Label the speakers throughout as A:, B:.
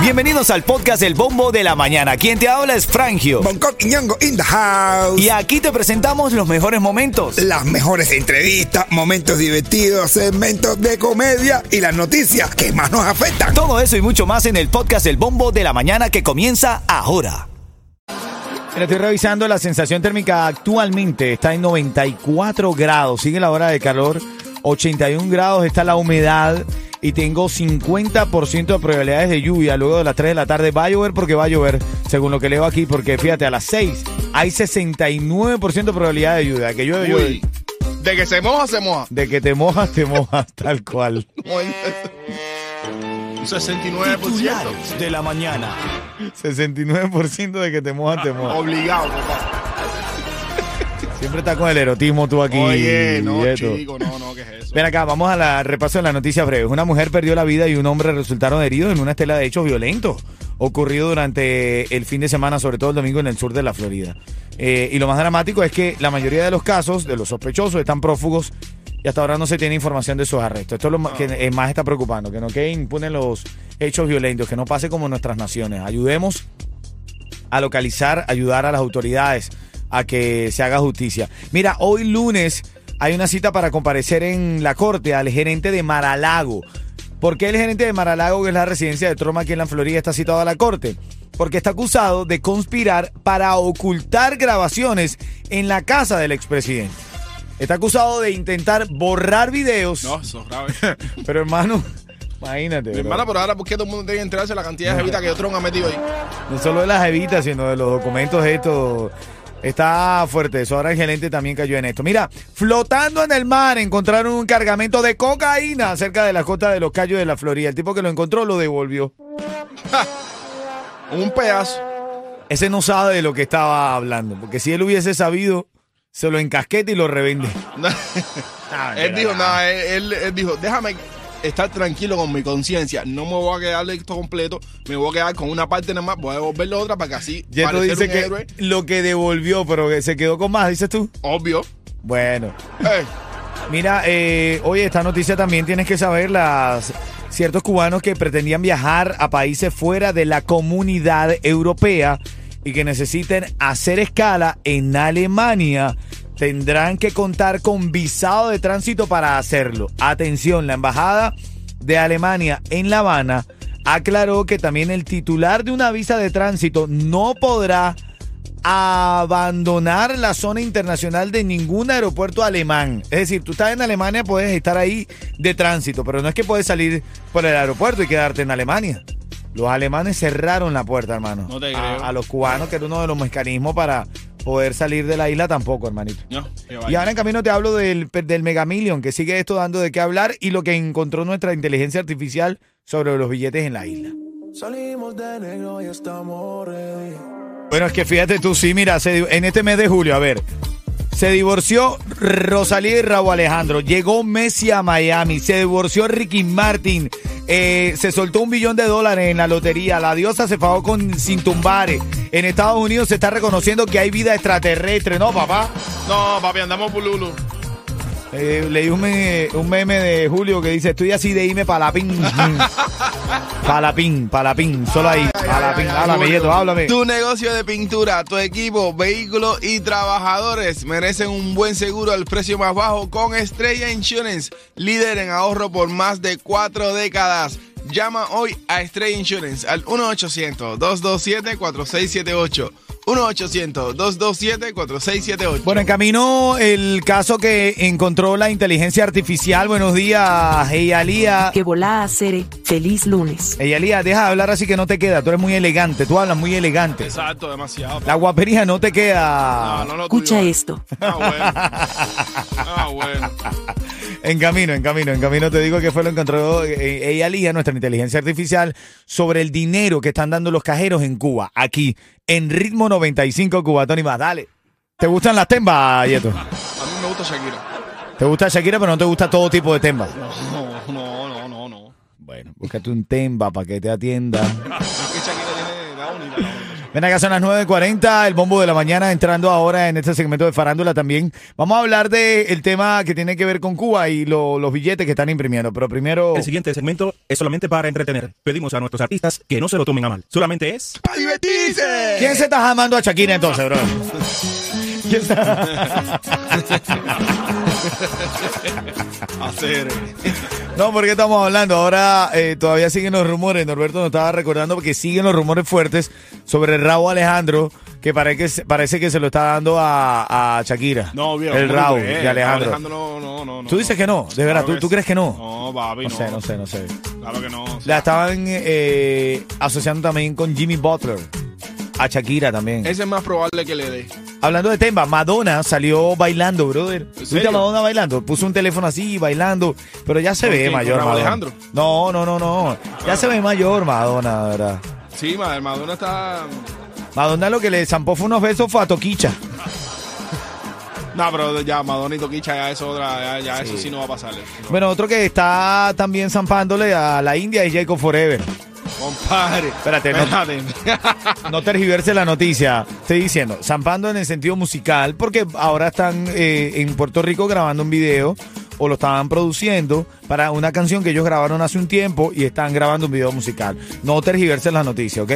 A: Bienvenidos al podcast El Bombo de la Mañana. Quien te habla es Frangio.
B: Bangkok y Ñongo in the house.
A: Y aquí te presentamos los mejores momentos.
B: Las mejores entrevistas, momentos divertidos, segmentos de comedia y las noticias que más nos afectan.
C: Este
A: Todo eso y mucho más en el podcast El Bombo de la Mañana que comienza ahora. Le estoy revisando la sensación térmica actualmente. Está en 94 grados. Sigue la hora de calor. 81 grados está la humedad y tengo 50% de probabilidades de lluvia luego de las 3 de la tarde. Va a llover porque va a llover, según lo que leo aquí, porque fíjate, a las 6 hay 69% de probabilidad de lluvia. Que llueve, llueve.
D: Uy, de que se moja, se moja.
A: De que te mojas, te mojas, tal cual.
D: Un 69%.
A: de la mañana. 69% de que te mojas, te mojas.
D: Obligado, papá.
A: Siempre está con el erotismo tú aquí.
D: Oye, no,
A: Yeto.
D: chico, no, no, ¿qué es eso?
A: Ven acá, vamos a la repaso de las noticias breves. Una mujer perdió la vida y un hombre resultaron heridos en una estela de hechos violentos ocurrido durante el fin de semana, sobre todo el domingo en el sur de la Florida. Eh, y lo más dramático es que la mayoría de los casos de los sospechosos están prófugos y hasta ahora no se tiene información de sus arrestos. Esto es lo ma- que eh, más está preocupando, que no queden impunes los hechos violentos, que no pase como en nuestras naciones. Ayudemos a localizar, ayudar a las autoridades a que se haga justicia. Mira, hoy lunes hay una cita para comparecer en la corte al gerente de Maralago. ¿Por qué el gerente de Maralago, que es la residencia de Troma aquí en la Florida, está citado a la corte? Porque está acusado de conspirar para ocultar grabaciones en la casa del expresidente. Está acusado de intentar borrar videos.
D: No, eso es grave.
A: Pero hermano, imagínate.
D: Mi
A: bro.
D: hermana, por ahora, ¿por qué todo el mundo tiene que enterarse de la cantidad de jevita que Tron ha metido ahí?
A: No solo de las evitas, sino de los documentos estos. Está fuerte eso. Ahora el gerente también cayó en esto. Mira, flotando en el mar encontraron un cargamento de cocaína cerca de la costa de los Cayos de la Florida. El tipo que lo encontró lo devolvió.
D: Un pedazo.
A: Ese no sabe de lo que estaba hablando, porque si él hubiese sabido, se lo encasqueta y lo revende.
D: Ah, él dijo, nada, él, él- él dijo, déjame estar tranquilo con mi conciencia. No me voy a quedar esto completo. Me voy a quedar con una parte nada más. Voy a devolver la otra para que así
A: Yeto
D: parecer
A: dice
D: un
A: que
D: héroe.
A: lo que devolvió, pero que se quedó con más, dices tú.
D: Obvio.
A: Bueno.
D: Eh,
A: Mira, eh, oye, esta noticia también tienes que saber las ciertos cubanos que pretendían viajar a países fuera de la comunidad europea y que necesiten hacer escala en Alemania tendrán que contar con visado de tránsito para hacerlo. Atención, la embajada de Alemania en La Habana aclaró que también el titular de una visa de tránsito no podrá abandonar la zona internacional de ningún aeropuerto alemán. Es decir, tú estás en Alemania, puedes estar ahí de tránsito, pero no es que puedes salir por el aeropuerto y quedarte en Alemania. Los alemanes cerraron la puerta, hermano.
D: No te
A: a,
D: creo.
A: a los cubanos, que era uno de los mecanismos para poder salir de la isla tampoco, hermanito.
D: no, qué
A: Y
D: vaina.
A: ahora en camino te hablo del, del Mega Million, que sigue esto dando de qué hablar y lo que encontró nuestra inteligencia artificial sobre los billetes en la isla.
E: Salimos de negro y estamos ready.
A: Bueno, es que fíjate tú, sí, mira, se di- en este mes de julio, a ver, se divorció Rosalía y Raúl Alejandro, llegó Messi a Miami, se divorció Ricky Martin, eh, se soltó un billón de dólares en la lotería, la diosa se pagó con sin tumbares, en Estados Unidos se está reconociendo que hay vida extraterrestre, ¿no, papá?
D: No, papi, andamos por Lulu.
A: Eh, leí un, me- un meme de Julio que dice, estoy así de irme palapín. palapín, palapín, solo ahí. Palapín, háblame, Yeto, háblame.
D: Tu negocio de pintura, tu equipo, vehículos y trabajadores merecen un buen seguro al precio más bajo con Estrella Insurance, líder en ahorro por más de cuatro décadas. Llama hoy a Estrella Insurance al 1-800-227-4678. 1-800-227-4678.
A: Bueno, en camino el caso que encontró la inteligencia artificial. Buenos días, Eyalía.
F: Que volá a Cere. Feliz lunes.
A: Eyalía, deja de hablar así que no te queda. Tú eres muy elegante, tú hablas muy elegante.
D: Exacto, demasiado.
A: La guapería no te queda.
D: No, no, no, tuyo.
F: Escucha esto.
D: Ah, bueno. Ah, bueno.
A: En camino, en camino, en camino te digo que fue lo que encontró eh, ella Lía, nuestra inteligencia artificial, sobre el dinero que están dando los cajeros en Cuba, aquí, en ritmo 95 Cubatón y más. Dale. ¿Te gustan las tembas, Yeto?
D: A mí me gusta Shakira.
A: ¿Te gusta Shakira, pero no te gusta todo tipo de tembas?
D: No, no, no, no, no.
A: Bueno, búscate un temba para que te atienda.
D: Es que Shakira tiene la única, la única.
A: Ven acá, son las 9.40, el bombo de la mañana, entrando ahora en este segmento de farándula también. Vamos a hablar del tema que tiene que ver con Cuba y lo- los billetes que están imprimiendo, pero primero...
C: El siguiente segmento es solamente para entretener. Pedimos a nuestros artistas que no se lo tomen a mal. Solamente es.
D: ¡Para divertirse!
A: ¿Quién se está jamando a Shakira entonces, bro? ¿Quién está-
D: Hacer.
A: No, porque estamos hablando. Ahora eh, todavía siguen los rumores. Norberto nos estaba recordando porque siguen los rumores fuertes sobre Raúl Alejandro, que parece, parece que se lo está dando a, a Shakira.
D: No, viejo.
A: El
D: ¿cómo tú
A: Raúl
D: crees?
A: de Alejandro.
D: Alejandro no, no, no, no.
A: Tú dices que no, de verdad,
D: Claro
A: ¿tú- tú crees que no?
D: No, papi,
A: No
D: no.
A: sé, no sé, no sé.
D: Claro que no. o sea,
A: La estaban eh, asociando también con Jimmy Butler. A Shakira también.
D: Ese es más probable que le dé.
A: Hablando de tema, Madonna salió bailando, brother. ¿Viste a
D: serio?
A: Madonna bailando? Puso un teléfono así, bailando. Pero ya se
D: ¿Con
A: ve
D: quién? ¿Con
A: mayor,
D: Raúl
A: Madonna.
D: Alejandro?
A: No, no, no, no. Ya se ve mayor, Madonna, de verdad.
D: Sí, madre, Madonna está.
A: Madonna lo que le zampó fue unos besos fue a Toquicha.
D: No, pero ya Madonna y Toquicha, ya eso, otra, ya, ya eso sí no va a pasarle. No.
A: Bueno, otro que está también zampándole a la India es Jacob Forever.
D: Compadre.
A: Espérate, no-
D: espérate.
A: No tergiverse la noticia. Estoy diciendo, zampando en el sentido musical, porque ahora están eh, en Puerto Rico grabando un video o lo estaban produciendo para una canción que ellos grabaron hace un tiempo y están grabando un video musical. No tergiversen la noticia, ¿ok?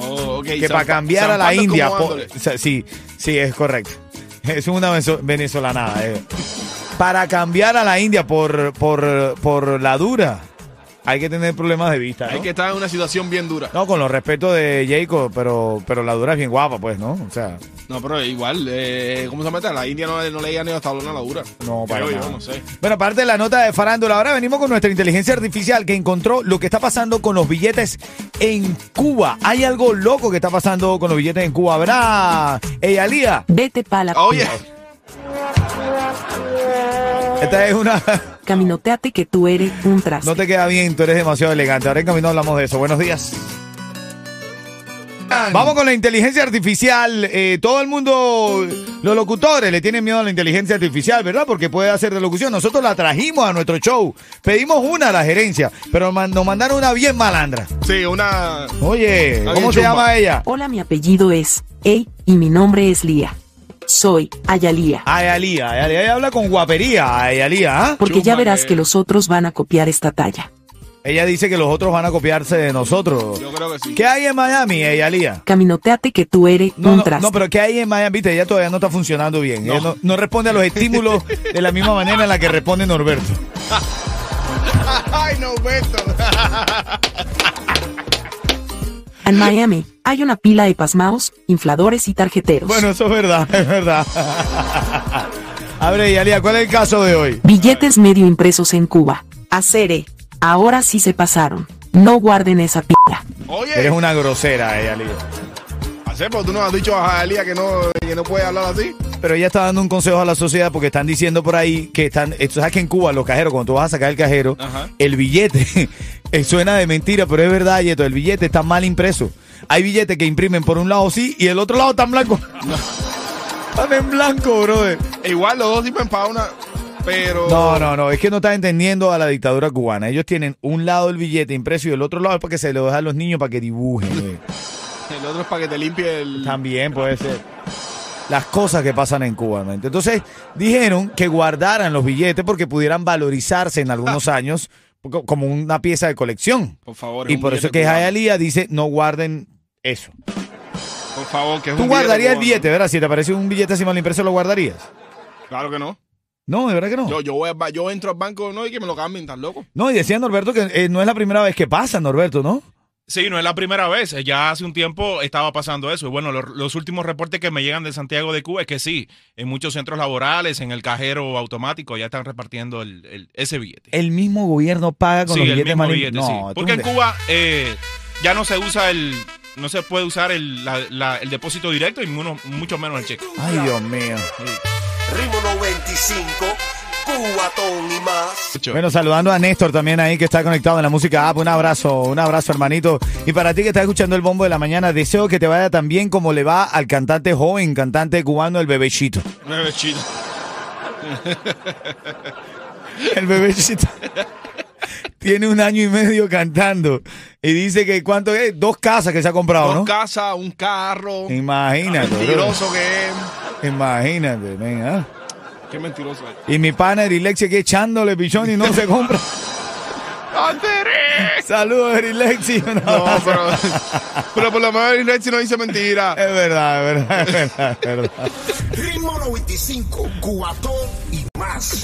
D: Oh, ok,
A: que para
D: zampa-
A: cambiar a la
D: zampando es
A: India.
D: como
A: po-
D: dándole.
A: o sea, sí, sí, es correcto. Es una venzo- venezolanada. eh. Para cambiar a la India por, por, por la dura, hay que tener problemas de vista. ¿no?
D: Hay que estar en una situación bien dura.
A: No, con los respetos de Jacob, pero, pero la dura es bien guapa, pues, ¿no? O sea,
D: No, pero igual, eh, ¿cómo se mete? La India no, no le llega ni hasta la dura.
A: no para
D: Creo
A: nada.
D: yo, no sé.
A: Bueno, aparte de la nota de farándula, ahora venimos con nuestra inteligencia artificial que encontró lo que está pasando con los billetes en Cuba. Hay algo loco que está pasando con los billetes en Cuba, ¿verdad? Ey, Alía,
F: Vete pa'la.
D: Oye,
A: esta es una...
F: Caminoteate que tú eres un traste.
A: No te queda bien, tú eres demasiado elegante. Ahora en camino hablamos de eso. Buenos días. Vamos con la inteligencia artificial. Eh, todo el mundo, los locutores, le tienen miedo a la inteligencia artificial, ¿verdad? Porque puede hacer de locución. Nosotros la trajimos a nuestro show. Pedimos una a la gerencia, pero man- nos mandaron una bien malandra.
D: sí, una.
A: Oye,
D: bien
A: ¿cómo se
D: chumba.
A: llama ella?
F: Hola, mi apellido es Ey y mi nombre es Lía. Soy Ayalía.
A: Ah, Ayalía. Ayalía Ella habla con guapería. Ayalía, ¿ah?
F: Porque ya
D: chúpame.
F: verás que los otros van a copiar esta talla.
A: Ella dice que los otros van a copiarse de nosotros.
D: Yo creo que sí.
A: ¿Qué hay en Miami, Ayalía?
F: Caminoteate que tú eres
A: No,
F: un
A: no,
F: traste.
A: no, pero que ahí en Miami, viste, ella todavía no está funcionando bien. Ella No. no responde a los estímulos de la misma manera en la que responde Norberto.
D: Ay, no, Beto.
F: En Miami hay una pila de pasmaos, infladores y tarjeteros.
A: Bueno, eso es verdad, es verdad. A ver, Yalia, ¿cuál es el caso de hoy?
F: Billetes medio impresos en Cuba. Acere. Ahora sí se pasaron. No guarden esa pila.
A: Eres
D: Oye,
A: una grosera, eh, Yalia.
D: hace, pero tú no has dicho a Jalía que no, que no puede hablar así.
A: Pero ella está dando un consejo a la sociedad porque están diciendo por ahí que están. esto- ¿Sabes que en Cuba los cajeros, cuando tú vas a sacar el cajero,
D: Ajá.
A: el billete eh, suena de mentira, pero es verdad, Yeto, el billete está mal impreso. Hay billetes que imprimen por un lado sí y el otro lado están blanco. Están en blanco, brother.
D: E igual los dos sirven para una. Pero.
A: No, no, no, es que no estás entendiendo a la dictadura cubana. Ellos tienen un lado el billete impreso y el otro lado es para que se lo dejan a los niños para que dibujen. güey.
D: El otro es para que te limpie el.
A: También puede ser. Las cosas que pasan en Cuba, ¿no? Entonces, dijeron que guardaran los billetes porque pudieran valorizarse en
D: Ah.
A: algunos años co- como una pieza de colección.
D: Por favor.
A: Y
D: un
A: por
D: billete
A: eso es que
D: cubano.
A: Jayalía dice, no guarden eso.
D: Por favor, que es
A: Tú
D: un
A: guardarías el
D: cubano.
A: billete, ¿verdad? Si te aparece un billete así mal impreso, ¿lo guardarías?
D: Claro que no.
A: No, de verdad que no.
D: Yo, yo, voy al ba- yo entro al banco no y que me lo cambien, tan loco.
A: No, y decía Norberto que eh, no es la primera vez que pasa, Norberto, ¿no?
G: Sí, no es la primera vez. Ya hace un tiempo estaba pasando eso. Y bueno, lo- los últimos reportes que me llegan de Santiago de Cuba es que sí, en muchos centros laborales, en el cajero automático, ya están repartiendo el- el- ese billete.
A: El mismo gobierno paga con
G: sí,
A: los
G: el
A: billetes
G: mismo
A: mal
G: billete,
A: impresos.
G: sí.
A: No, tú
G: Porque en
A: no-
G: Cuba eh, ya no se usa el, no se puede usar el, la- la- el depósito directo y uno- mucho menos el cheque.
A: Ay, Dios mío.
H: Ritmo 95, Cubatón y más.
A: Bueno, saludando a Néstor también ahí que está conectado en la música app. Un abrazo, un abrazo, hermanito. Y para ti que estás escuchando el bombo de la mañana, deseo que te vaya tan bien como le va al cantante joven, cantante cubano, el bebecito.
D: Bebecito.
A: El bebecito. tiene un año y medio cantando y dice que cuánto es, dos casas que se ha comprado,
D: Dos
A: ¿no?
D: casas, un carro.
G: Ah,
A: Imagínate, bro.
D: Mentiroso que es.
A: imagínate, men, ¿ah?
D: Qué mentiroso es.
A: Y mi pana Erilexi que echándole pichón y no se compra.
D: ¡Andere!
A: Saludos Erilexi. Un
D: No,
A: abrazo.
D: pero, pero por lo menos el Red si no dice mentira.
A: Es verdad, es verdad, es verdad, es verdad.
H: Ritmo 95, cuatón y más.